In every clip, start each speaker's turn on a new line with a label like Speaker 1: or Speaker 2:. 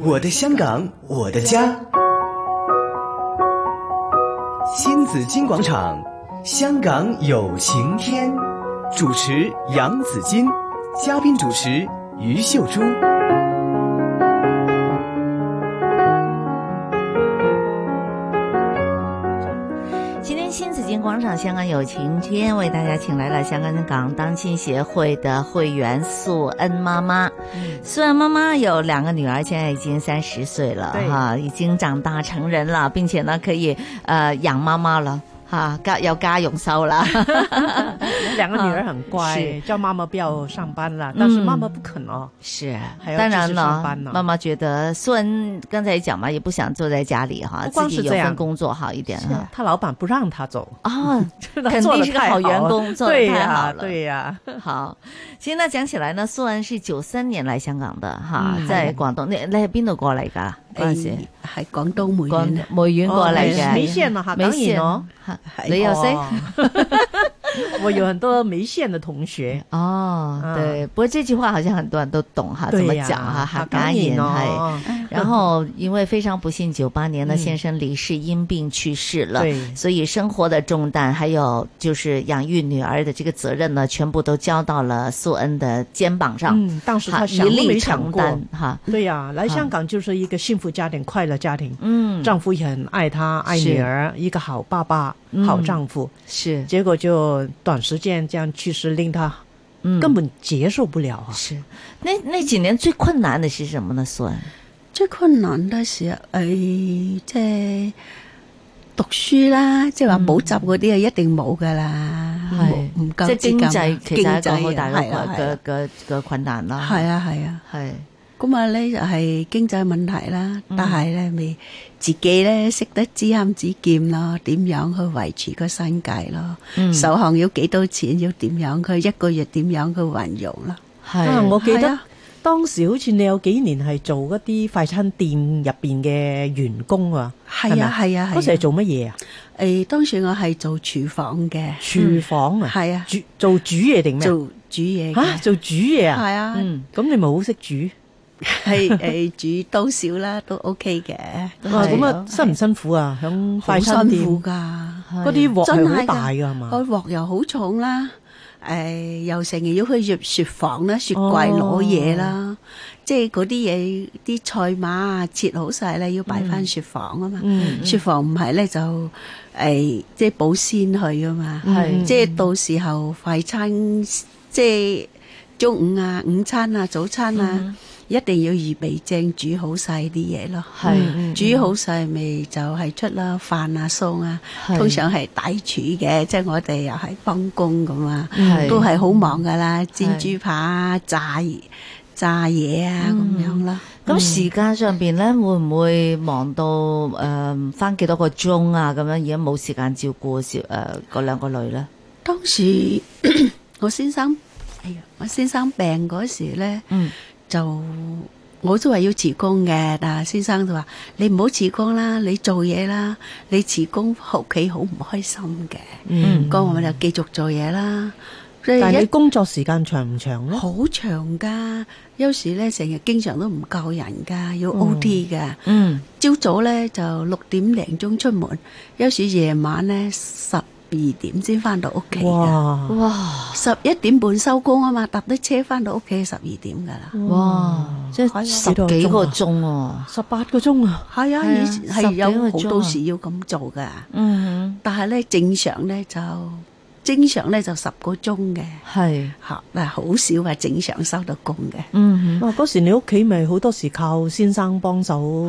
Speaker 1: 我的香港，我的家。新紫金广场，香港有晴天。主持杨紫金，嘉宾主持于秀珠。
Speaker 2: 今天新紫金广场香港有晴天为大家请来了香港当亲协会的会员素恩妈妈。
Speaker 3: 嗯
Speaker 2: 素恩妈妈有两个女儿，现在已经三十岁了
Speaker 3: 对
Speaker 2: 哈，已经长大成人了，并且呢可以呃养妈妈了哈，家有家用收 了。
Speaker 3: 两个女儿很乖
Speaker 2: 啊是，嗯
Speaker 3: 叫妈妈不要上班了，但是妈妈不肯哦。
Speaker 2: 是，
Speaker 3: 还要
Speaker 2: 当然
Speaker 3: 继续上
Speaker 2: 了
Speaker 3: 班，呢
Speaker 2: 妈妈觉得素恩刚才也讲嘛，也不想坐在家里哈，
Speaker 3: 不哦光
Speaker 2: 自
Speaker 3: 是
Speaker 2: 己有
Speaker 3: 这
Speaker 2: 份
Speaker 3: 样
Speaker 2: 工作好一点
Speaker 3: 是
Speaker 2: 哈
Speaker 3: 啊。她老板不让她走，
Speaker 2: 哦，
Speaker 3: 她
Speaker 2: 嗯肯
Speaker 3: 做
Speaker 2: 定
Speaker 3: 得
Speaker 2: 是个
Speaker 3: 太
Speaker 2: 好
Speaker 3: 好
Speaker 2: 员
Speaker 3: 了
Speaker 2: 工，做
Speaker 3: 对
Speaker 2: 的太好
Speaker 3: 呀，
Speaker 2: 了。
Speaker 3: 对呀，
Speaker 2: 好，其實呢，講起來呢，蘇恩是九三年嚟香港的吓，
Speaker 4: 嗯
Speaker 2: 即係廣東。你你係邊度過嚟
Speaker 3: 哎
Speaker 2: 㗎？嗰陣時
Speaker 4: 誒係廣東梅
Speaker 2: 廣
Speaker 4: 縣啊，
Speaker 2: 梅縣過嚟
Speaker 3: 哦梅
Speaker 2: 嘅，
Speaker 3: 县啊，哈，
Speaker 2: 梅
Speaker 3: 当然
Speaker 2: 縣
Speaker 3: 哦。
Speaker 2: 嚇
Speaker 4: 係
Speaker 2: 你又識？
Speaker 3: 哦？ 我有很多梅县的同 学，
Speaker 2: 哦，
Speaker 3: 嗯
Speaker 2: 對。不過這句話好像很多人都懂哈，啊怎麼
Speaker 3: 对
Speaker 2: 講
Speaker 3: 呀，
Speaker 2: 哈？
Speaker 3: 哈
Speaker 2: 客家言係。
Speaker 3: 哦，
Speaker 2: 然后，因為非常不幸，九八年呢，
Speaker 3: 嗯
Speaker 2: 先生離世，因病去世了。
Speaker 3: 对，
Speaker 2: 所以生活的重担，还有就是养育女儿的这个责任呢，全部都交到了素恩的肩膀上，
Speaker 3: 嗯，当时
Speaker 2: 哈
Speaker 3: 她
Speaker 2: 一
Speaker 3: 想都没
Speaker 2: 力
Speaker 3: 想
Speaker 2: 承
Speaker 3: 过，
Speaker 2: 担哈。
Speaker 3: 对呀，来香港就是一个幸福家庭、快乐家庭，
Speaker 2: 嗯，
Speaker 3: 丈夫也很爱她，爱
Speaker 2: 是
Speaker 3: 女儿，一个好爸爸、
Speaker 2: 嗯
Speaker 3: 好丈夫，
Speaker 2: 是，
Speaker 3: 结果就短时间这样去世，令她
Speaker 2: 嗯，
Speaker 3: 根本接受不了啊。
Speaker 2: 是，那那几年最困难的是什么呢？苏恩，
Speaker 4: 最困難嘅時候誒，即係讀書啦，即係話補習嗰啲啊，一定冇噶啦，
Speaker 2: 係
Speaker 4: 冇唔夠
Speaker 2: 即係經
Speaker 4: 資金啊
Speaker 2: 濟其實係一個好大
Speaker 4: 經濟啊
Speaker 2: 嘅嘅嘅嘅困難啦。
Speaker 4: 係啊係啊，
Speaker 2: 係
Speaker 4: 咁啊咧就係經濟問題啦，
Speaker 2: 嗯
Speaker 4: 但係咧咪自己咧識得知慳知儉咯，點樣去維持個生計咯，
Speaker 2: 嗯
Speaker 4: 手行要幾多錢，要點樣佢一個月點樣去運用咯，
Speaker 3: 啊！
Speaker 2: 係
Speaker 3: 我記
Speaker 4: 係
Speaker 3: 得
Speaker 4: 啊
Speaker 3: 當時好似你有幾年係做一啲快餐店入邊嘅員工啊，係
Speaker 4: 係
Speaker 3: 咪
Speaker 4: 啊係啊
Speaker 3: 嗰時
Speaker 4: 係
Speaker 3: 係
Speaker 4: 啊。
Speaker 3: 做乜嘢啊？
Speaker 4: 誒，當時我係做廚房嘅，
Speaker 3: 廚房啊，
Speaker 4: 係啊，
Speaker 3: 煮做煮嘢定咩啊？
Speaker 4: 做煮嘢
Speaker 3: 嚇
Speaker 4: 嘅，
Speaker 3: 做煮嘢啊？
Speaker 4: 係啊，
Speaker 2: 嗯
Speaker 3: 咁你咪好識煮？
Speaker 4: 係誒煮多少啦，都 OK 嘅，
Speaker 2: 都
Speaker 3: 哇！
Speaker 2: 係
Speaker 3: 咁
Speaker 2: 咯
Speaker 3: 啊，辛唔辛苦啊？響
Speaker 4: 好
Speaker 3: 快餐
Speaker 4: 辛
Speaker 3: 店
Speaker 4: 苦㗎。
Speaker 3: 嗰啲鑊
Speaker 4: 真
Speaker 3: 係
Speaker 4: 係
Speaker 3: 好
Speaker 4: 㗎
Speaker 3: 大㗎係嘛？
Speaker 4: 個鑊又好重啦，誒、又成日要去入雪房啦、雪櫃
Speaker 3: 哦
Speaker 4: 攞嘢啦，即係嗰啲嘢啲菜碼啊切好晒咧，要擺翻雪房啊嘛。
Speaker 3: 嗯，
Speaker 4: 雪房唔係咧就誒、即係保鮮去啊
Speaker 3: 嗯
Speaker 4: 嘛，
Speaker 2: 係
Speaker 4: 即係到時候快餐即係中午啊、午餐啊、早餐啊，
Speaker 2: 嗯
Speaker 4: 一定要預備正煮好晒啲嘢咯。
Speaker 2: 係嗯
Speaker 4: 煮好晒咪就係出啦，飯啊、餸啊，
Speaker 2: 係
Speaker 4: 通常係底廚嘅，即係我哋又係幫工咁啊，
Speaker 2: 係
Speaker 4: 都係好忙噶啦，煎
Speaker 2: 係
Speaker 4: 豬扒啊、炸炸嘢啊
Speaker 2: 嗯
Speaker 4: 咁樣啦。
Speaker 2: 咁時間上邊咧，會唔會忙到誒翻幾多個鐘啊？咁樣而家冇時間照顧小誒嗰兩個女咧。
Speaker 4: 當時 我先生，哎呀，我先生病嗰時咧，
Speaker 2: 嗯
Speaker 4: 就我都話要辭工嘅，但係先生就話你唔好辭工啦，你做嘢啦，你辭工屋企好唔開心嘅。
Speaker 2: 嗯
Speaker 4: 咁我咪就繼續做嘢啦。即係
Speaker 3: 但係
Speaker 4: 一
Speaker 3: 你嗯工作時間長唔長咯？
Speaker 4: 好長噶，有時咧成日經常都唔夠人噶，要 O T 噶。
Speaker 2: 嗯，
Speaker 4: 朝、早咧就六點零鐘出門，有時夜晚咧十二點先翻到屋企㗎。
Speaker 2: 啊
Speaker 3: 哇！
Speaker 2: 哇
Speaker 4: 十一點半收工啊嘛，搭啲車翻到屋企十二點噶啦。
Speaker 2: 哇，即係十幾個鐘喎。
Speaker 3: 十八個鐘啊！
Speaker 4: 係啊，
Speaker 2: 係啊
Speaker 4: 以前
Speaker 2: 十
Speaker 4: 係
Speaker 2: 幾個
Speaker 4: 有好
Speaker 2: 鐘啊
Speaker 4: 多時要咁做噶，
Speaker 2: 嗯
Speaker 4: 但係咧正常咧就正常咧就十個鐘嘅，
Speaker 2: 哼，係，
Speaker 4: 嚇嗱好少話正常收到工嘅。
Speaker 2: 嗯哼，
Speaker 3: 哇！嗰時你屋企咪好多時靠先生幫手。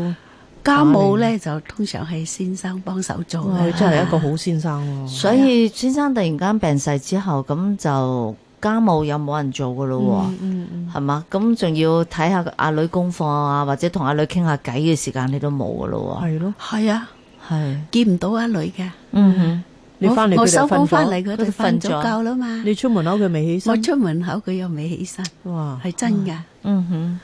Speaker 4: 家務咧就通常係先生幫手做
Speaker 3: 哇！
Speaker 4: 啦
Speaker 3: 佢真係一個好先生喎。
Speaker 2: 所以先生突然間病逝之後，咁就家務有冇人做噶咯
Speaker 3: 嗯嗯
Speaker 2: 喎？係嘛、咁仲要睇下阿女功課啊，或者同阿女傾下偈嘅時間，你都冇噶咯
Speaker 3: 係咯，
Speaker 4: 係啊，
Speaker 2: 喎。係，
Speaker 4: 見唔到阿女嘅。
Speaker 2: 嗯哼，
Speaker 3: 你
Speaker 4: 我
Speaker 3: 翻嚟
Speaker 4: 我
Speaker 3: 佢哋
Speaker 4: 收工
Speaker 3: 瞓
Speaker 4: 翻
Speaker 3: 咗，
Speaker 4: 嚟，佢
Speaker 2: 佢哋
Speaker 4: 哋瞓
Speaker 2: 瞓咗
Speaker 4: 咗覺啦嘛。
Speaker 3: 你出門口佢未起
Speaker 4: 我
Speaker 3: 身，
Speaker 4: 出門口佢又未起身，
Speaker 3: 哇！
Speaker 4: 係真㗎。
Speaker 2: 嗯哼，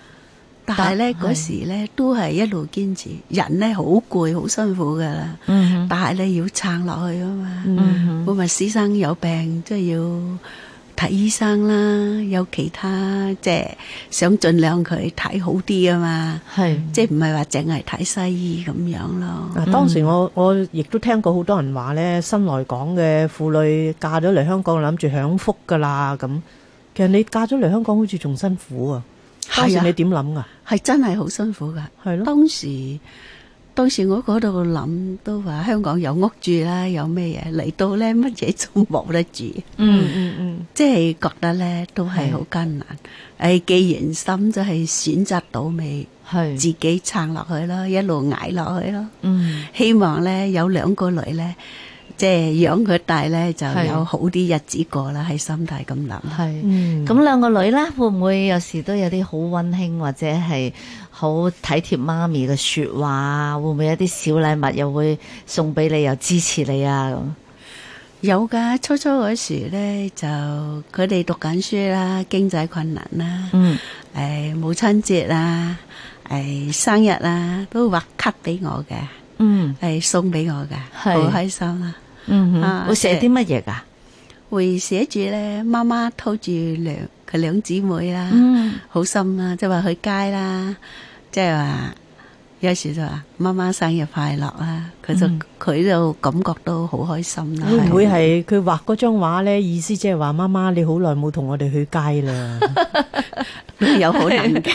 Speaker 4: 但係咧
Speaker 2: 但
Speaker 4: 嗰時咧都係一路堅持，人咧好攰好辛苦㗎啦。
Speaker 2: 嗯哼，
Speaker 4: 但係咧要撐落去啊嘛。
Speaker 3: 嗯
Speaker 2: 嗯哼，
Speaker 4: 咁咪先生有病，即係要睇醫生啦，有其他即係想盡量佢睇好啲啊嘛，
Speaker 2: 係
Speaker 3: 嗯
Speaker 4: 即係唔係話淨係睇西醫咁樣咯。
Speaker 3: 嗱，當時我我亦都聽過好多人話咧，新來港嘅婦女嫁咗嚟香港，諗住享福噶啦咁。其實你嫁咗嚟香港，好似仲辛苦啊！當時
Speaker 4: 係啊
Speaker 3: 你點諗啊？
Speaker 4: 係真係好辛苦㗎。
Speaker 3: 係咯，
Speaker 4: 當時當時我嗰度諗都話香港有屋住啦，有咩嘢嚟到咧乜嘢都冇得住，
Speaker 2: 嗯
Speaker 3: 嗯嗯，
Speaker 4: 即係覺得咧都
Speaker 2: 係
Speaker 4: 係好艱難。誒，既然心就係選擇到未，
Speaker 2: 係
Speaker 4: 自己撐落去咯，一路捱落去咯。
Speaker 2: 嗯
Speaker 4: 希望咧有兩個女咧，即係養佢大咧就
Speaker 2: 係
Speaker 4: 有好啲日子過啦，喺心底咁諗。
Speaker 2: 係。
Speaker 3: 嗯
Speaker 2: 咁兩個女咧，會唔會有時都有啲好温馨或者係好體貼媽咪嘅説話啊？會唔會有啲小禮物又會送俾你，又支持你啊？咁
Speaker 4: 有噶，初初嗰時咧就佢哋讀緊書啦，經濟困難啦，誒、
Speaker 2: 嗯
Speaker 4: 母親節啊，誒、生日啊，都畫卡俾我嘅，誒、
Speaker 2: 嗯
Speaker 4: 送俾我嘅，
Speaker 2: 係
Speaker 4: 好開心啦、
Speaker 2: 嗯哼，
Speaker 4: 啊
Speaker 2: 會寫啲乜嘢㗎？
Speaker 4: 會寫住咧，媽媽拖住兩佢兩姊妹啦，
Speaker 2: 嗯
Speaker 4: 好心啦，即係話去街啦，即係話有時就話媽媽生日快樂啦，佢就
Speaker 2: 嗯
Speaker 4: 佢、就感覺到好開心啦。
Speaker 3: 會唔會係佢畫嗰張畫咧？意思即係話媽媽，你好耐冇同我哋去街啦。
Speaker 4: 啊有好難嘅？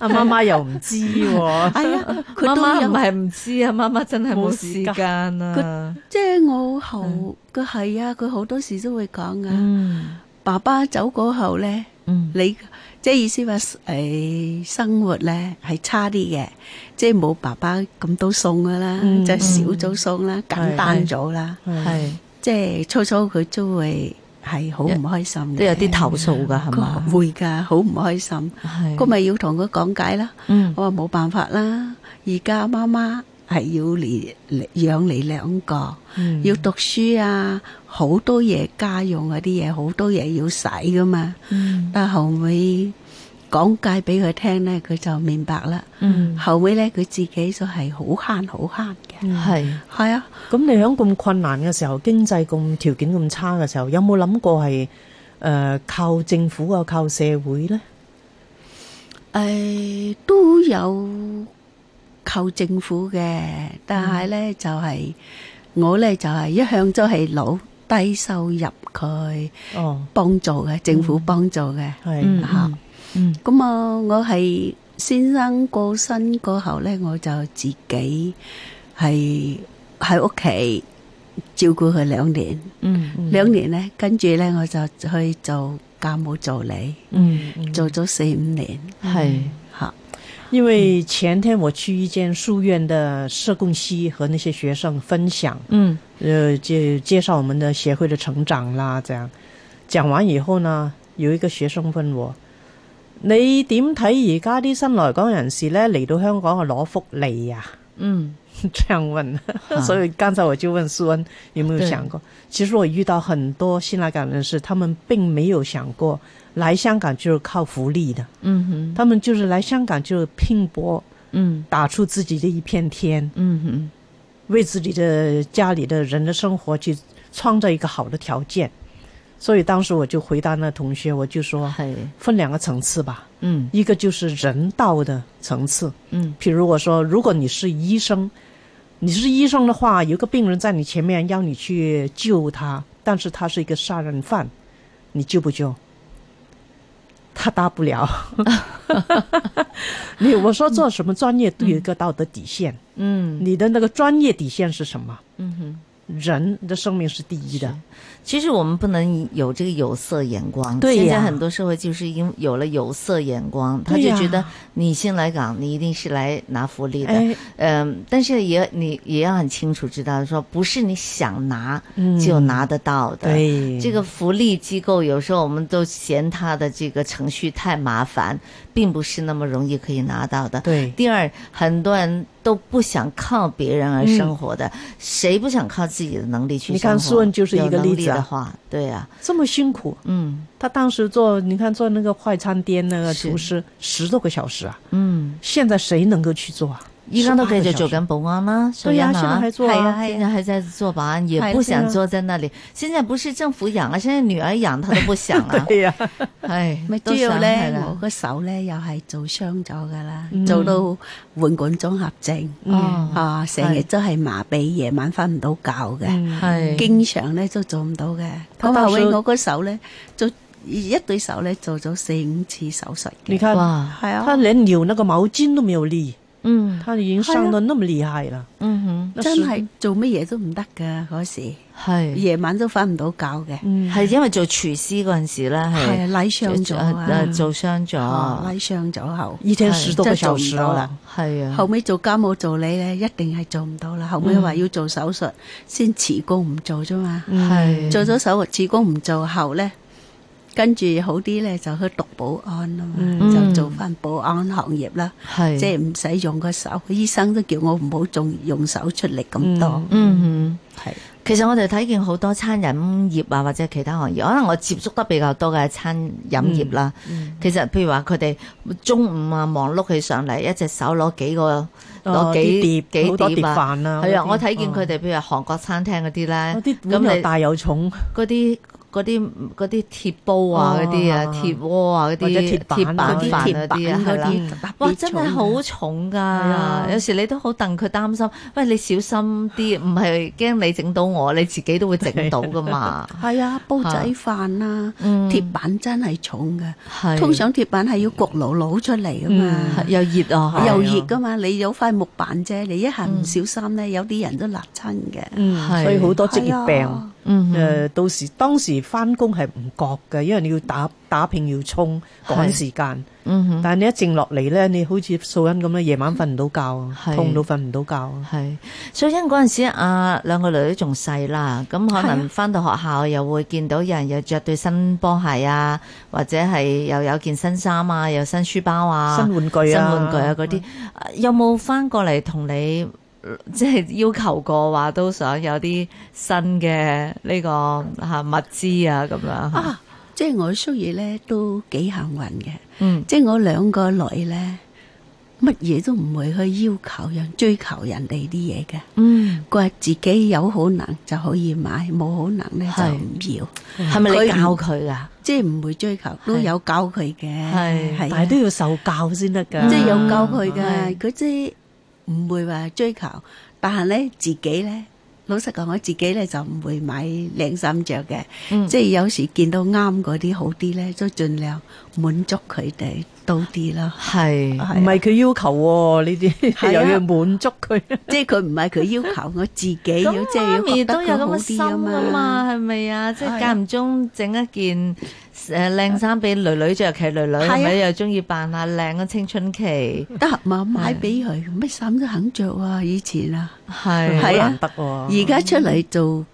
Speaker 3: 阿媽媽啊又唔知 喎。
Speaker 4: 係啊，佢
Speaker 2: 媽
Speaker 4: 都
Speaker 2: 媽
Speaker 4: 有
Speaker 2: 唔係唔知啊，媽媽真係冇
Speaker 3: 冇
Speaker 2: 時
Speaker 3: 時
Speaker 2: 間啊。
Speaker 4: 即係我後佢係啊，佢好多時都會講噶。
Speaker 2: 嗯
Speaker 4: 爸爸走嗰後咧，
Speaker 2: 嗯
Speaker 4: 你即係意思話誒、唉生活咧係差啲嘅，即係冇爸爸咁多餸噶啦，
Speaker 3: 嗯
Speaker 4: 就少咗餸啦，簡單咗啦。
Speaker 3: 係
Speaker 2: 係
Speaker 4: 即係初初佢都會係好唔開心嘅，
Speaker 2: 都有啲投訴㗎，係嘛
Speaker 4: 佢？會㗎，好唔開心。
Speaker 2: 係
Speaker 4: 咁咪要同佢講解啦。
Speaker 2: 嗯
Speaker 4: 我話冇辦法啦，而家媽媽係要嚟嚟養你兩個。
Speaker 3: 嗯
Speaker 4: 要讀書啊，好多嘢家用嗰啲嘢，好多嘢要使噶嘛。
Speaker 2: 嗯
Speaker 4: 但後尾講解俾佢聽咧，佢就明白啦。
Speaker 2: 嗯
Speaker 4: 後尾咧，佢自己就係好慳好慳嘅。
Speaker 2: 係
Speaker 4: 係啊，
Speaker 3: 咁你喺咁困難嘅時候，經濟咁條件咁差嘅時候，有冇諗過係誒、呃靠政府啊，靠社會呢？
Speaker 4: 誒、都有靠政府嘅，但係咧就係、我咧就係、一向都係攞低收入佢
Speaker 3: 哦，
Speaker 4: 幫助嘅，政府幫助嘅。
Speaker 3: 係，
Speaker 2: 嗯
Speaker 4: 嚇
Speaker 2: 嗯
Speaker 4: 咁啊，我係先生過身過後咧，我就自己係喺屋企照顧佢兩年，
Speaker 2: 嗯
Speaker 3: 嗯
Speaker 4: 兩年咧，跟住咧我就去做家務助理，
Speaker 2: 嗯
Speaker 4: 做咗四五年
Speaker 2: 係
Speaker 4: 吓。
Speaker 3: 因为前天我去一间书院的社工系和那些学生分享，
Speaker 2: 嗯
Speaker 3: 呃，介介绍我们的协会的成长啦，这样讲完以后呢，有一个学生问我：你點睇而家啲新來港人士呢？嚟到香港啊係攞福利呀、
Speaker 2: 嗯
Speaker 3: 这样问， 所以刚才我就问苏恩有没有
Speaker 2: 啊对
Speaker 3: 想过。其实我遇到很多新来港人士，他们并没有想过来香港就是靠福利的，
Speaker 2: 嗯哼
Speaker 3: 他们就是来香港就是拼搏，
Speaker 2: 嗯
Speaker 3: 打出自己的一片天，
Speaker 2: 嗯哼
Speaker 3: 为自己的家里的人的生活去创造一个好的条件。所以当时我就回答那同学，我 就说
Speaker 2: 係
Speaker 3: 分两个层次吧，
Speaker 2: 嗯
Speaker 3: 一个就是人道的层次，
Speaker 2: 嗯
Speaker 3: 譬如我说，如果你是医生，你是医生的话，有个病人在你前面要你去救他，但是他是一个杀人犯，你救不救？他答不了。 你我说做什么专业都有一个道德底线，
Speaker 2: 嗯
Speaker 3: 你的那个专业底线是什么？
Speaker 2: 嗯哼。
Speaker 3: 人的生命是第一的，
Speaker 2: 其实我们不能有这个有色眼光。
Speaker 3: 对呀
Speaker 2: 现在很多社会就是因有了有色眼光，他
Speaker 3: 对
Speaker 2: 就
Speaker 3: 呀
Speaker 2: 觉得你先来港，你一定是来拿福利的。
Speaker 3: 哎
Speaker 2: 嗯，但是也你也要很清楚知道，说不是你想拿
Speaker 3: 嗯
Speaker 2: 就拿得到的。
Speaker 3: 对，
Speaker 2: 这个福利机构有时候我们都嫌它的这个程序太麻烦，并不是那么容易可以拿到的。
Speaker 3: 对
Speaker 2: 第二，很多人都不想靠别人而生活的，谁不想靠自己的能力去生活？
Speaker 3: 嗯你看苏恩就是一个
Speaker 2: 有能
Speaker 3: 例子啊
Speaker 2: 的话，对呀、
Speaker 3: 这么辛苦，
Speaker 2: 嗯
Speaker 3: 他当时做你看做那个快餐店那个
Speaker 2: 是
Speaker 3: 厨师十多个小时啊，
Speaker 2: 嗯，
Speaker 3: 现在谁能够去做啊？
Speaker 2: 依家都繼續
Speaker 3: 18個
Speaker 2: 做
Speaker 3: 小時
Speaker 2: 緊保安啦，
Speaker 3: 對
Speaker 2: 呀，
Speaker 3: 呀現在還做啊
Speaker 2: 係啊，
Speaker 4: 係啊
Speaker 2: 現在還在做保安，也
Speaker 4: 係啊
Speaker 2: 不
Speaker 3: 對
Speaker 2: 想
Speaker 3: 啊。
Speaker 2: 坐在那裡。現在不是政府養了，現在女兒養，她都不想了
Speaker 3: 對呀、哎
Speaker 2: 唉，
Speaker 4: 咪
Speaker 2: 都
Speaker 4: 知道
Speaker 2: 想係
Speaker 4: 咧，
Speaker 2: 啦
Speaker 4: 我個手咧又係做傷咗噶啦，
Speaker 3: 嗯
Speaker 4: 做到腕管綜合症，
Speaker 2: 哦
Speaker 4: 啊，成日都係麻痹，夜晚瞓唔到覺嘅，
Speaker 3: 嗯
Speaker 2: 係
Speaker 4: 經常咧都做唔到嘅。
Speaker 3: 佢
Speaker 4: 咁
Speaker 3: 到
Speaker 4: 後尾
Speaker 3: 時
Speaker 4: 我個手咧做一對手咧做咗四五次手術
Speaker 3: 你
Speaker 4: 嘅，
Speaker 3: 看，
Speaker 2: 哇，
Speaker 4: 係
Speaker 3: 他
Speaker 4: 啊，
Speaker 3: 連扭那個毛巾都沒有力，
Speaker 2: 嗯
Speaker 3: 他已經傷得那麼厲害了。
Speaker 2: 嗯
Speaker 3: 那
Speaker 4: 真
Speaker 3: 是
Speaker 4: 係做乜嘢都唔得噶嗰時，
Speaker 2: 哼，係
Speaker 4: 夜晚都瞓唔到覺嘅，
Speaker 3: 嗯，
Speaker 2: 係因為做廚師嗰陣時咧
Speaker 4: 係
Speaker 2: 係
Speaker 4: 啊，禮傷咗啊
Speaker 2: 誒，做傷
Speaker 4: 啊
Speaker 2: 咗，
Speaker 4: 禮傷咗後。
Speaker 3: 一天十多個小時
Speaker 4: 真係做唔到
Speaker 3: 啦
Speaker 4: 啦。
Speaker 2: 係啊，
Speaker 4: 後尾做家務助理咧，一定係做唔到
Speaker 2: 嗯
Speaker 4: 啦。後尾話要做手術，先辭工唔做啫嘛。
Speaker 2: 係
Speaker 4: 做咗手術辭工唔做後咧，跟住好啲咧就去讀保安啦啊嘛，
Speaker 3: 嗯
Speaker 4: 就做翻保安行業啦，
Speaker 2: 係
Speaker 4: 即係唔使用個手。醫生都叫我唔好仲用手出力咁多。
Speaker 2: 嗯
Speaker 4: 係
Speaker 2: 哼，其實我哋睇見好多餐飲業啊，或者其他行業，可能我接觸得比較多嘅係餐飲業啦。其實譬如話佢哋中午啊忙碌起上嚟，一隻手攞幾個攞
Speaker 3: 哦啲
Speaker 2: 幾
Speaker 3: 碟好多
Speaker 2: 幾
Speaker 3: 碟
Speaker 2: 碟啊。
Speaker 3: 飯啊，
Speaker 2: 係
Speaker 3: 嗰
Speaker 2: 啊，
Speaker 3: 啲
Speaker 2: 我睇見佢哋譬如韓國餐廳嗰啲
Speaker 3: 哦
Speaker 2: 咧
Speaker 3: 嗰，啲
Speaker 2: 咁
Speaker 3: 碗又
Speaker 2: 你
Speaker 3: 大又重，
Speaker 2: 嗰啲嗰啲嗰啲鐵煲啊，
Speaker 3: 哦
Speaker 2: 嗰啲啊鐵鍋啊，嗰
Speaker 3: 或者
Speaker 2: 啲
Speaker 3: 鐵
Speaker 2: 鐵
Speaker 3: 板啊
Speaker 2: 板
Speaker 4: 嗰啲
Speaker 2: 飯
Speaker 4: 鐵
Speaker 2: 嗰
Speaker 4: 板
Speaker 2: 啲啊，係
Speaker 4: 嗰
Speaker 2: 啦。
Speaker 4: 啲特別
Speaker 2: 哇！真
Speaker 4: 重啊
Speaker 2: 係
Speaker 4: 嘅
Speaker 2: 好重噶
Speaker 3: 啊，
Speaker 2: 有時你都好戥佢擔心。喂，你小心啲，唔係驚你整到我，你自己都會整到噶嘛。
Speaker 4: 係啊，煲仔飯啊，
Speaker 2: 嗯
Speaker 4: 鐵板真係重嘅。
Speaker 2: 係
Speaker 4: 通常鐵板係要焗爐攞出嚟噶嘛。
Speaker 2: 係又熱啊，
Speaker 4: 又
Speaker 3: 係啊
Speaker 4: 熱噶嘛，你有塊木板啫，你一下唔小心咧，有啲人都辣親嘅。
Speaker 3: 嗯
Speaker 2: 係
Speaker 3: 所以好多職業
Speaker 4: 係
Speaker 3: 病
Speaker 4: 啊。
Speaker 2: 嗯
Speaker 3: 誒、
Speaker 2: 哼
Speaker 3: 到時當時翻工係唔覺嘅，因為你要打打拼要衝趕時間。
Speaker 2: 嗯哼
Speaker 3: 但係你一靜落嚟咧，你好似素欣咁咧，夜晚瞓唔到覺啊，
Speaker 2: 係
Speaker 3: 痛到瞓唔到覺啊。
Speaker 2: 係，所以因嗰陣時啊，兩個女都仲細啦，咁可能翻到學校又會見到有人又着對新波鞋啊，或者係又有件新衫啊，又新書包啊，
Speaker 3: 新玩具
Speaker 2: 新
Speaker 3: 啊，
Speaker 2: 玩具啊嗰啲，啊有冇翻過嚟同你呃即係要求過話都想有啲新嘅呢、個嚇物資啊咁樣嚇？
Speaker 4: 啊，即係我叔爺咧都幾幸運嘅，
Speaker 2: 嗯
Speaker 4: 即係我兩個女咧，乜嘢都唔會去要求人、追求人哋啲嘢嘅。
Speaker 2: 嗯，
Speaker 4: 佢話自己有可能就可以買，冇可能咧
Speaker 2: 係
Speaker 4: 就唔要，
Speaker 2: 嗯係咪你
Speaker 4: 佢
Speaker 2: 教佢噶？
Speaker 4: 即係唔會追求，都有教佢嘅，
Speaker 2: 係
Speaker 4: 係
Speaker 3: 但
Speaker 4: 啊
Speaker 3: 係都要受教先得㗎。
Speaker 4: 即係有
Speaker 2: 嗯
Speaker 4: 教佢嘅，
Speaker 2: 係
Speaker 4: 佢即係唔會話追求，但係咧自己咧，老實講，我自己咧就唔會買靚衫着嘅，
Speaker 2: 嗯
Speaker 4: 即係有時見到啱嗰啲好啲咧，都盡量滿足佢哋多啲咯。
Speaker 2: 係
Speaker 4: 係啊
Speaker 3: 唔係佢要求喎，呢啲
Speaker 4: 係啊
Speaker 3: 又要滿足佢。
Speaker 4: 即係佢唔係佢要求，我自己要即係
Speaker 2: 咁
Speaker 4: 要
Speaker 2: 媽咪
Speaker 4: 覺得
Speaker 2: 都有
Speaker 4: 佢
Speaker 2: 咁
Speaker 4: 好
Speaker 2: 嘅心
Speaker 4: 啲啊
Speaker 2: 噶
Speaker 4: 嘛。
Speaker 2: 嘛，係咪啊？即係
Speaker 4: 係
Speaker 2: 間唔中整一件誒靚衫俾女女着，尤其係女女係
Speaker 4: 係啊
Speaker 2: 咪又中意扮下靚嘅青春期？
Speaker 4: 得嘛，買俾佢，乜衫都肯着啊！以前啊，
Speaker 2: 係
Speaker 4: 係啊
Speaker 3: 好難得喎。
Speaker 4: 而家出嚟做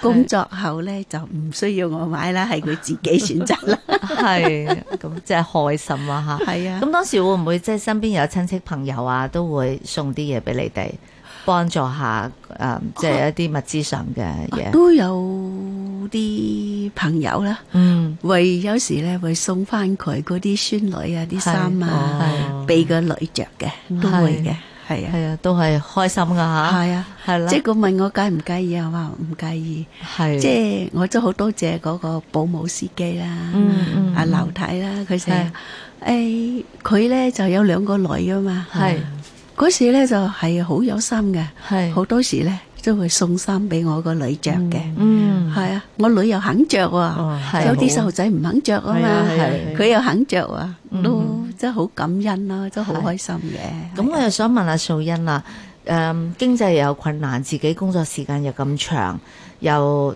Speaker 4: 工作後咧，就唔需要我買啦，係佢自己選擇啦。
Speaker 2: 係咁，即係開心啊嚇！
Speaker 4: 係啊，
Speaker 2: 咁當時會唔會即係身邊有親戚朋友啊，都會送啲嘢俾你哋，幫助下誒、呃即係一啲物資上嘅嘢。
Speaker 4: 啊都有啲朋友啦，
Speaker 2: 嗯，
Speaker 4: 為有時咧會送翻佢嗰啲孫女啊啲衫啊，
Speaker 3: 哦
Speaker 4: 俾個女着嘅，都會嘅，係啊，
Speaker 2: 係啊，都係開心噶嚇，
Speaker 4: 係啊，
Speaker 2: 係啦，
Speaker 4: 即係佢問我介唔介意啊，我話唔介意，
Speaker 2: 係
Speaker 4: 即係我都好多謝嗰個保姆司機啦
Speaker 2: 嗯嗯，
Speaker 4: 阿
Speaker 2: 嗯
Speaker 4: 劉太啦，佢成
Speaker 2: 係
Speaker 4: 日誒佢咧就有兩個女啊嘛，
Speaker 2: 係
Speaker 4: 嗰時咧就係好有心嘅，
Speaker 2: 係
Speaker 4: 好多時咧都會送衫俾我個女着嘅，
Speaker 2: 嗯
Speaker 4: 係啊，我女又肯着喎。
Speaker 3: 哦
Speaker 2: 係
Speaker 4: 有啲
Speaker 3: 真
Speaker 4: 細
Speaker 3: 係
Speaker 4: 路仔唔肯着啊
Speaker 3: 係啊係
Speaker 4: 嘛，
Speaker 3: 啊
Speaker 2: 係
Speaker 4: 佢又肯着啊，都
Speaker 2: 嗯
Speaker 4: 真係好感恩啦，真係好開心嘅。
Speaker 2: 咁我又想問下素欣啦，誒、經濟又有困難，自己工作時間又咁長，又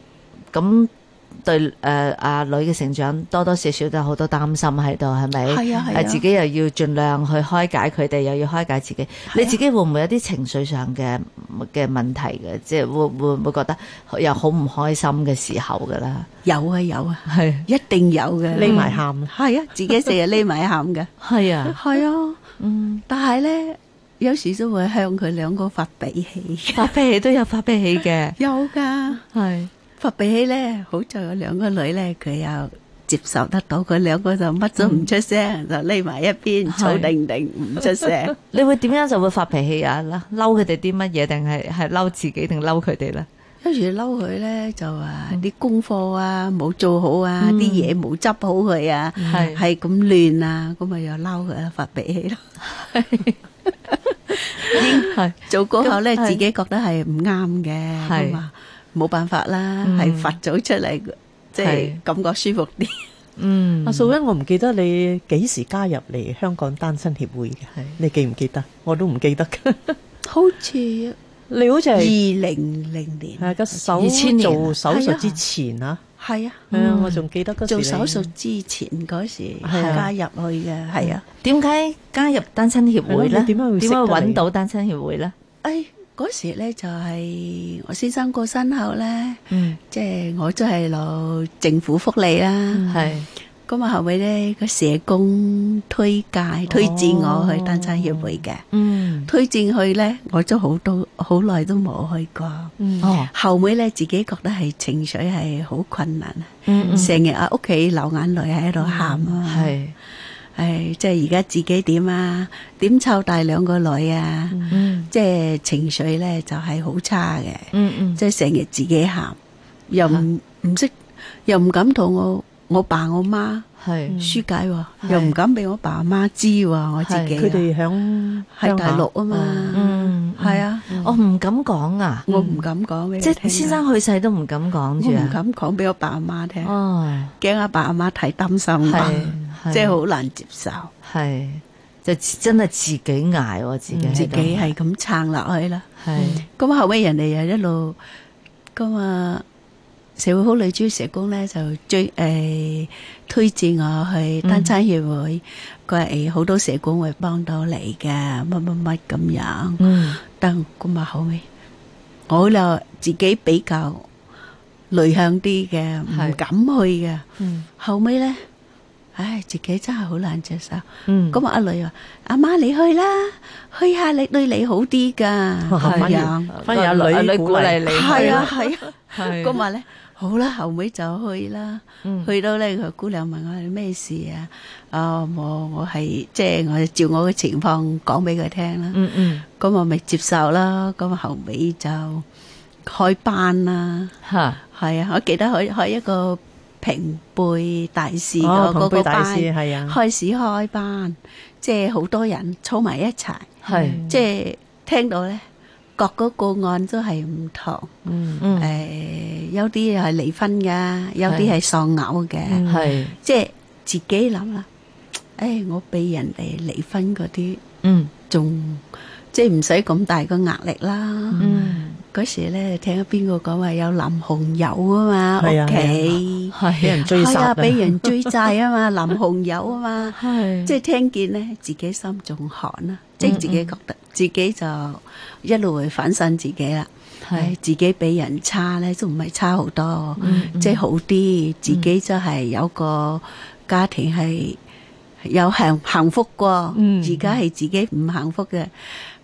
Speaker 2: 咁對誒阿、女嘅成長多多少少都有好多擔心喺度，係咪？
Speaker 4: 係啊係啊
Speaker 2: 誒自己又要盡量去開解佢哋，又要開解自己。你自己會唔會有啲情緒上嘅嘅問題嘅？即係會會唔會覺得又好唔開心嘅時候㗎啦？
Speaker 4: 有啊有啊，
Speaker 2: 係
Speaker 4: 一定有嘅。
Speaker 3: 匿埋喊，
Speaker 4: 係啊，自己成日匿埋喊嘅。
Speaker 2: 係啊，
Speaker 4: 係啊，
Speaker 2: 嗯，
Speaker 4: 但係咧，有時都會向佢兩個發脾氣。
Speaker 2: 發脾氣都有發脾 氣嘅，
Speaker 4: 有噶，
Speaker 2: 係
Speaker 4: 發脾氣咧，好在我兩個女咧，佢又接受得到，佢兩個就乜都唔出聲，就匿埋一邊，
Speaker 2: 係
Speaker 4: 坐定定唔出聲。
Speaker 2: 你會點樣就會發脾氣啊？嬲嬲佢哋啲乜嘢，定係係嬲自己，定嬲佢哋咧？
Speaker 4: 跟住嬲佢咧就話啲功課啊冇做好啊，
Speaker 2: 嗯
Speaker 4: 啲嘢冇執好佢啊，
Speaker 2: 係
Speaker 4: 係咁亂啊，咁咪又嬲佢啦，發脾氣咯。
Speaker 2: 係
Speaker 4: 做過後咧，
Speaker 2: 咁係
Speaker 4: 自己覺得係唔啱嘅，
Speaker 2: 係
Speaker 4: 咁啊冇辦法啦，
Speaker 2: 嗯
Speaker 4: 係罰咗出嚟，即係
Speaker 2: 係
Speaker 4: 感覺舒服啲。
Speaker 2: 嗯，
Speaker 3: 阿素欣，我唔記得你幾時加入嚟香港單身協會嘅
Speaker 2: 係，
Speaker 3: 你記唔記得？我都唔記得 㗎
Speaker 4: 好似
Speaker 3: 你好似
Speaker 4: 二
Speaker 3: 係
Speaker 4: 零零年，
Speaker 3: 係啊個手
Speaker 2: 2000年啊
Speaker 3: 做手
Speaker 4: 係啊
Speaker 3: 術之前啊，
Speaker 4: 係啊，
Speaker 3: 係啊我仲記得嗰時
Speaker 4: 做
Speaker 3: 你
Speaker 4: 手術之前嗰時
Speaker 3: 係
Speaker 4: 加
Speaker 3: 啊
Speaker 4: 入去嘅，係啊，
Speaker 2: 點解加入單身協會咧？
Speaker 3: 係咯你點樣會識
Speaker 2: 點
Speaker 3: 得
Speaker 2: 樣
Speaker 3: 你
Speaker 2: 揾到單身協會咧？
Speaker 4: 誒嗰時咧就係我先生過身後咧。
Speaker 2: 嗯，
Speaker 4: 即係我都係攞政府福利啦，
Speaker 2: 係
Speaker 4: 咁啊後尾咧個社工推
Speaker 2: 哦
Speaker 4: 介推薦我去單身協會嘅，
Speaker 2: 嗯
Speaker 4: 推薦去咧我都好多好耐都冇去過，
Speaker 3: 嗯
Speaker 2: 哦
Speaker 4: 後尾咧自己覺得係情緒係好困難，啊
Speaker 2: 嗯嗯
Speaker 4: 成日喺屋企流眼淚喺度喊啊，
Speaker 2: 係
Speaker 4: 係即係而家自己點啊，點湊大兩個女啊，
Speaker 2: 嗯
Speaker 4: 即係情緒咧就係好差嘅。
Speaker 2: 嗯嗯
Speaker 4: 即係成日自己喊，又唔唔識，又唔敢同我我爸我媽
Speaker 2: 係
Speaker 4: 疏解喎，
Speaker 2: 嗯係
Speaker 4: 又唔敢俾我爸媽知喎，我自己啊
Speaker 3: 佢哋響
Speaker 4: 喺大陸
Speaker 3: 陸
Speaker 4: 啊嘛，
Speaker 2: 嗯
Speaker 4: 係啊，
Speaker 2: 我唔敢講啊，
Speaker 4: 我唔敢講俾佢
Speaker 2: 即
Speaker 4: 聽啊
Speaker 2: 係先，生去世都唔敢講
Speaker 4: 我
Speaker 2: 住
Speaker 4: 唔
Speaker 2: 啊。
Speaker 4: 敢講俾我爸阿媽聽，
Speaker 2: 哦，
Speaker 4: 驚阿爸阿媽太擔心
Speaker 2: 係嗯
Speaker 4: 我， 即係好難接受，
Speaker 2: 係就真係自己捱喎，自己
Speaker 4: 嗯自
Speaker 2: 喺度
Speaker 4: 己係咁撐落去啦。
Speaker 2: 係
Speaker 4: 咁後尾人哋又一路咁啊，社會好女主社工咧就追誒、推薦我去單親協會，佢話誒好多社工會幫到你嘅，乜乜乜咁樣。
Speaker 2: 嗯
Speaker 4: 但咁啊後尾我就自己比較內向啲嘅，唔
Speaker 2: 係
Speaker 4: 敢去嘅。
Speaker 3: 嗯
Speaker 4: 後尾咧，唉，自己真係好難接受。
Speaker 2: 嗯
Speaker 4: 咁啊，阿女話：阿媽你去啦，去下你對你好啲噶，
Speaker 3: 係
Speaker 4: 咁樣。
Speaker 3: 反而阿女
Speaker 2: 阿
Speaker 3: 鼓勵
Speaker 2: 你
Speaker 4: 係啊，係啊，
Speaker 2: 係
Speaker 4: 咁話咧，好啦，後尾就去啦。
Speaker 2: 嗯
Speaker 4: 去到咧，佢姑娘問我你咩事啊？啊，我我係即係我照我嘅情況講俾佢聽啦。
Speaker 2: 嗯嗯
Speaker 4: 咁我咪接受啦。咁後尾就開班啦。
Speaker 2: 吓
Speaker 4: 係啊，我記得開開一個平輩大使
Speaker 3: 哦
Speaker 4: 嗰嗰
Speaker 3: 朋
Speaker 4: 個
Speaker 3: 輩大
Speaker 4: 班
Speaker 3: 師，係啊，
Speaker 4: 開始開班，即係好多人湊埋一齊，
Speaker 2: 係
Speaker 4: 即係聽到咧各個個案都係唔同。
Speaker 3: 嗯
Speaker 4: 誒、
Speaker 2: 嗯
Speaker 4: 有啲係離婚㗎，有啲係喪偶嘅，
Speaker 3: 嗯
Speaker 2: 係
Speaker 4: 即係自己諗啦。誒、我俾人哋離婚嗰啲，
Speaker 2: 嗯
Speaker 4: 仲即係唔使咁大個壓力啦。
Speaker 2: Ừ. 嗯
Speaker 4: 嗰、時咧，聽邊個講話有林紅友啊嘛，
Speaker 3: 係啊
Speaker 4: 屋企
Speaker 2: à.
Speaker 3: 俾人
Speaker 2: 係
Speaker 3: 追殺
Speaker 4: 啊，
Speaker 3: 啊
Speaker 4: 俾人追債啊嘛，林紅友啊嘛，
Speaker 2: 係
Speaker 4: 即係聽見咧，自己心仲寒啦，即係自己覺得自己就一路會反省自己啦。唉
Speaker 2: 係
Speaker 4: 自己比人差咧，都唔係差好多，
Speaker 2: 嗯嗯
Speaker 4: 即係好啲，自己就係有個家庭係有幸幸福過，
Speaker 3: 嗯
Speaker 4: 而家係自己唔幸福嘅。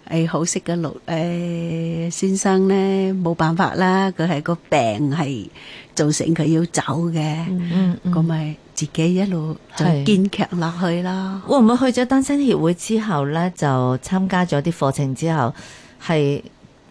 Speaker 4: 誒好識嘅老誒先生咧，冇辦法啦，佢係個病係造成佢要走嘅，
Speaker 2: 嗯嗯
Speaker 4: 咁啊咪自己一路就
Speaker 2: 係
Speaker 4: 堅強落去咯。
Speaker 2: 會唔會去咗單身協會之後咧，就參加咗啲課程之後，係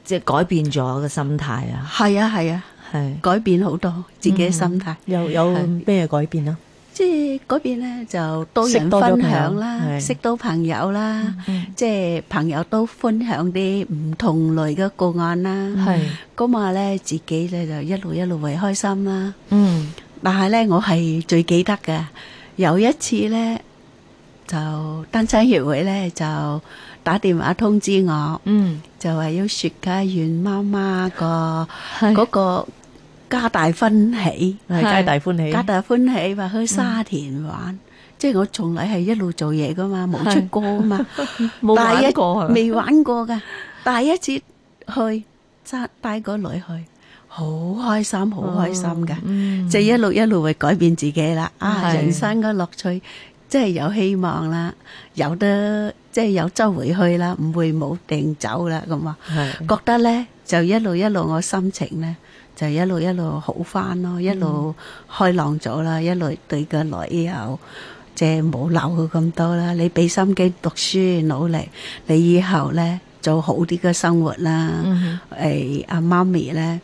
Speaker 2: 即係改變咗個心態啊？
Speaker 4: 係啊係啊，
Speaker 2: 係
Speaker 4: 改變好多自己嘅心態。
Speaker 3: 有有
Speaker 2: 係
Speaker 3: 咩改變啊？
Speaker 4: 即係嗰邊咧就多
Speaker 3: 識
Speaker 4: 人
Speaker 3: 多咗
Speaker 4: 分
Speaker 3: 朋友
Speaker 4: 享啦，
Speaker 3: 係
Speaker 4: 識到朋友啦，
Speaker 2: 嗯
Speaker 4: 即係朋友都分享啲唔同類嘅個案啦。
Speaker 2: 係
Speaker 4: 咁啊咧，自己咧就一路一路為開心啦。
Speaker 2: 嗯
Speaker 4: 但係咧，我係最記得嘅有一次咧，就單身協會咧就打電話通知我，
Speaker 2: 嗯
Speaker 4: 就話要雪家苑媽媽個
Speaker 2: 係
Speaker 4: 嗰個家大歡喜。
Speaker 3: 係皆大歡喜，
Speaker 4: 皆大歡喜話去沙
Speaker 2: 嗯
Speaker 4: 田玩，即係我從嚟係一路做嘢 噶嘛，冇出
Speaker 2: 係
Speaker 4: 過啊嘛，
Speaker 2: 冇
Speaker 4: 但係
Speaker 2: 玩
Speaker 4: 一
Speaker 2: 過啊係咪
Speaker 4: 未玩過噶，第一次去，揸帶個女去，好開心，好開心嘅，
Speaker 2: 嗯
Speaker 4: 就一路一路會改變自己啦，啊，
Speaker 2: 係
Speaker 4: 人生嘅樂趣。即係有希望啦，有得即係有周圍去啦，唔會冇定走啦咁啊！
Speaker 3: 係
Speaker 4: 覺得咧就一路一路我心情咧就一路一路好翻咯，
Speaker 2: 嗯
Speaker 4: 一路開朗咗啦，一路對個女又即係冇鬧佢咁多啦。你俾心機讀書努力，你以後咧做好啲嘅生活啦。
Speaker 2: 嗯
Speaker 4: 誒阿媽咪咧，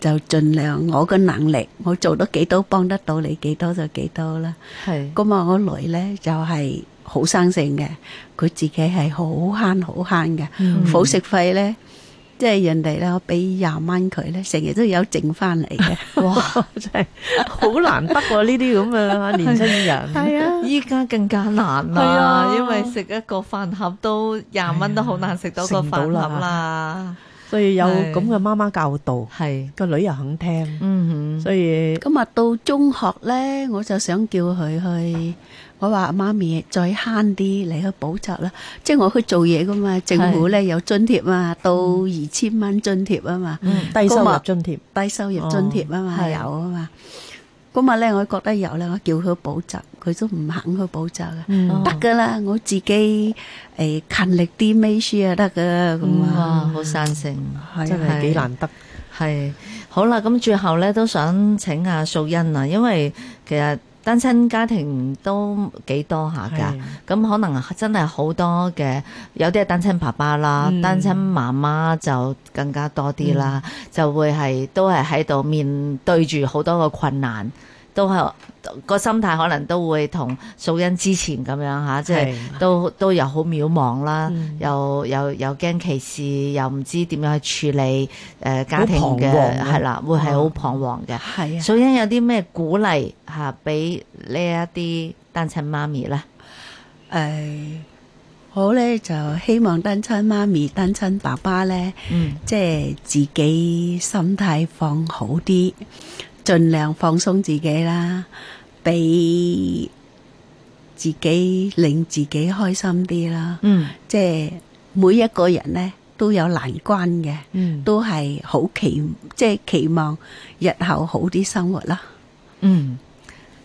Speaker 4: 就盡量我嘅能力，我做到幾多幫得到你幾多就幾多啦。
Speaker 2: 哼，
Speaker 4: 咁啊，我女咧就係、好生性嘅，佢自己係好慳好慳嘅，
Speaker 2: 嗯
Speaker 4: 伙食費咧。即係人哋咧，我俾廿蚊佢咧，成日都有剩翻嚟嘅。
Speaker 2: 係哇！
Speaker 3: 真係好難得喎！呢啲咁嘅年青 人，
Speaker 4: 係啊，
Speaker 2: 依家更加難
Speaker 3: 係
Speaker 2: 啦，
Speaker 3: 啊
Speaker 2: 因為食一個飯盒都廿蚊都好難食到個飯盒啦。
Speaker 3: 所以有
Speaker 2: 係
Speaker 3: 咁嘅媽媽教導，
Speaker 2: 係，
Speaker 3: 個女又肯聽，
Speaker 2: 嗯哼，
Speaker 3: 所以
Speaker 4: 咁啊，到中學咧，我就想叫佢去，我話媽咪再慳啲嚟去補習啦。即係我去做嘢噶嘛，政府咧有津貼啊，到二千蚊津貼啊嘛，
Speaker 2: 嗯
Speaker 3: 低收入津貼，
Speaker 4: 低收入津貼啊嘛，
Speaker 2: 哦係
Speaker 4: 有啊嘛。咁啊咧，我覺得有咧，我叫佢補習，佢都唔肯去補習嘅。
Speaker 2: 哦
Speaker 3: 嗯
Speaker 4: 得噶啦，我自己誒、勤力啲咩書啊得噶咁
Speaker 2: 哇，
Speaker 4: 啊，
Speaker 2: 好生性，
Speaker 4: 係啊
Speaker 3: 真係幾難得。
Speaker 2: 係好啦。咁最後咧都想請阿素欣啊，因為其實單親家庭都幾多下㗎。
Speaker 3: 係
Speaker 2: 咁可能真係好多嘅，有啲係單親爸爸啦，
Speaker 3: 嗯
Speaker 2: 單親媽媽就更加多啲啦，就會係都係喺度面對住好多個困難，都係個心態可能都會同素欣之前咁樣吓，即係
Speaker 3: 係
Speaker 2: 都都又好渺茫啦，
Speaker 3: 嗯
Speaker 2: 又又又驚歧視，又唔知點樣去處理誒、呃家庭
Speaker 3: 好
Speaker 2: 嘅
Speaker 3: 彷徨啊
Speaker 2: 係啦，會係好彷徨嘅。
Speaker 4: 係啊。
Speaker 2: 素欣有啲咩鼓勵吓俾呢一啲單親媽咪咧？
Speaker 4: 誒、我咧就希望單親媽咪、單親爸爸咧，
Speaker 2: 嗯。
Speaker 4: 即係自己心態放好啲，盡量放鬆自己啦，俾自己令自己開心啲啦。
Speaker 2: 嗯
Speaker 4: 即係每一個人咧都有難關嘅，
Speaker 3: 嗯
Speaker 4: 都係好期即係期望日後好啲生活啦。
Speaker 2: 嗯，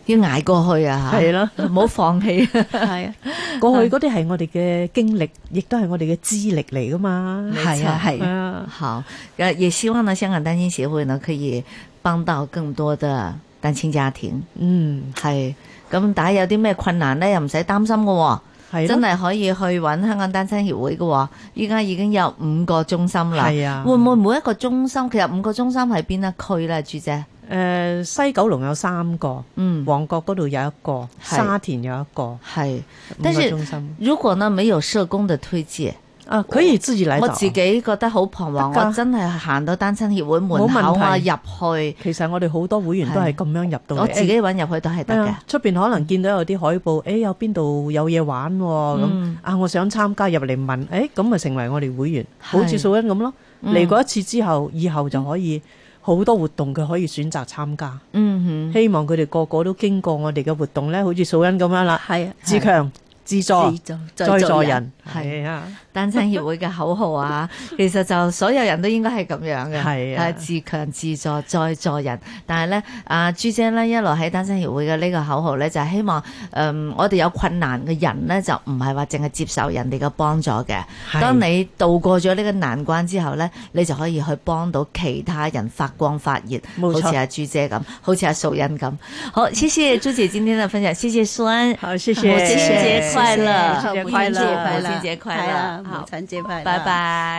Speaker 2: 要捱過去啊，
Speaker 3: 係啦，
Speaker 2: 唔好放棄。
Speaker 4: 係啊，
Speaker 3: 過去嗰啲係我哋嘅經歷，亦都係我哋嘅資歷嚟噶嘛。
Speaker 4: 係啊，係
Speaker 3: 係
Speaker 4: 啊，
Speaker 3: 啊，
Speaker 2: 好，呃也希望呢，香港单亲协会呢可以幫到更多的單親家庭。
Speaker 3: 嗯，
Speaker 2: 係，咁大家有啲咩困難呢？又唔使擔心嘅喎，
Speaker 3: 係
Speaker 2: 真
Speaker 3: 咯，
Speaker 2: 係可以去揾香港單親協會嘅喎。依家已經有五個中心啦。
Speaker 3: 係啊。
Speaker 2: 會唔會每一個中心？其實五個中心喺邊一區咧，朱姐？
Speaker 3: 誒西九龍有三個，
Speaker 2: 嗯，
Speaker 3: 旺角嗰度有一個，
Speaker 2: 係
Speaker 3: 沙田有一個，
Speaker 2: 係。
Speaker 3: 五
Speaker 2: 但是
Speaker 3: 個中心
Speaker 2: 如果呢沒有社工的推介，
Speaker 3: 啊，可以自己嚟
Speaker 2: 我
Speaker 3: 到。
Speaker 2: 自己覺得好彷徨，
Speaker 3: 得㗎
Speaker 2: 我真係行到單親協會門
Speaker 3: 冇
Speaker 2: 口啊
Speaker 3: 問
Speaker 2: 入
Speaker 3: 題
Speaker 2: 去，
Speaker 3: 其實我哋好多會員都係咁樣入到嚟。
Speaker 2: 我自己揾入去都係得
Speaker 3: 係
Speaker 2: 嘅
Speaker 3: 啊。出邊可能見到有啲海報，誒、有邊度有嘢玩喎、咁、
Speaker 2: 嗯
Speaker 3: 啊，我想參加入嚟問，誒、咁咪成為我哋會員，
Speaker 2: 係
Speaker 3: 好似素欣咁咯。
Speaker 2: 嗯
Speaker 3: 嚟過一次之後，以後就可以好多活動佢可以選擇參加。
Speaker 2: 嗯哼，
Speaker 3: 希望佢哋個個都經過我哋嘅活動咧，好似素欣咁樣啦，
Speaker 4: 係啊，
Speaker 3: 自強自助
Speaker 4: 自助
Speaker 3: 再助人，
Speaker 2: 係
Speaker 3: 係啊，
Speaker 2: 單親協會嘅口號 啊，其實就所有人都應該係咁樣嘅，
Speaker 3: 係啊
Speaker 2: 誒自強自助再助人。但係咧，阿朱姐咧一路喺單親協會嘅呢個口號咧，就係希望誒、嗯我哋有困難嘅人咧，就唔係話淨係接受人哋嘅幫助嘅。
Speaker 3: 係
Speaker 2: 當你渡過咗呢個難關之後咧，你就可以去幫到其他人發光發熱，
Speaker 3: 冇
Speaker 2: 好
Speaker 3: 錯
Speaker 2: 似阿朱姐咁，好似阿素欣咁。好，謝謝朱姐今天的分享，謝謝素恩，
Speaker 3: 好，謝謝，
Speaker 2: 母親節快樂
Speaker 3: 母親節
Speaker 2: 快樂母親
Speaker 3: 快樂
Speaker 2: 節快樂
Speaker 4: 係啊
Speaker 2: 好
Speaker 4: 母親節快樂，
Speaker 2: 拜拜。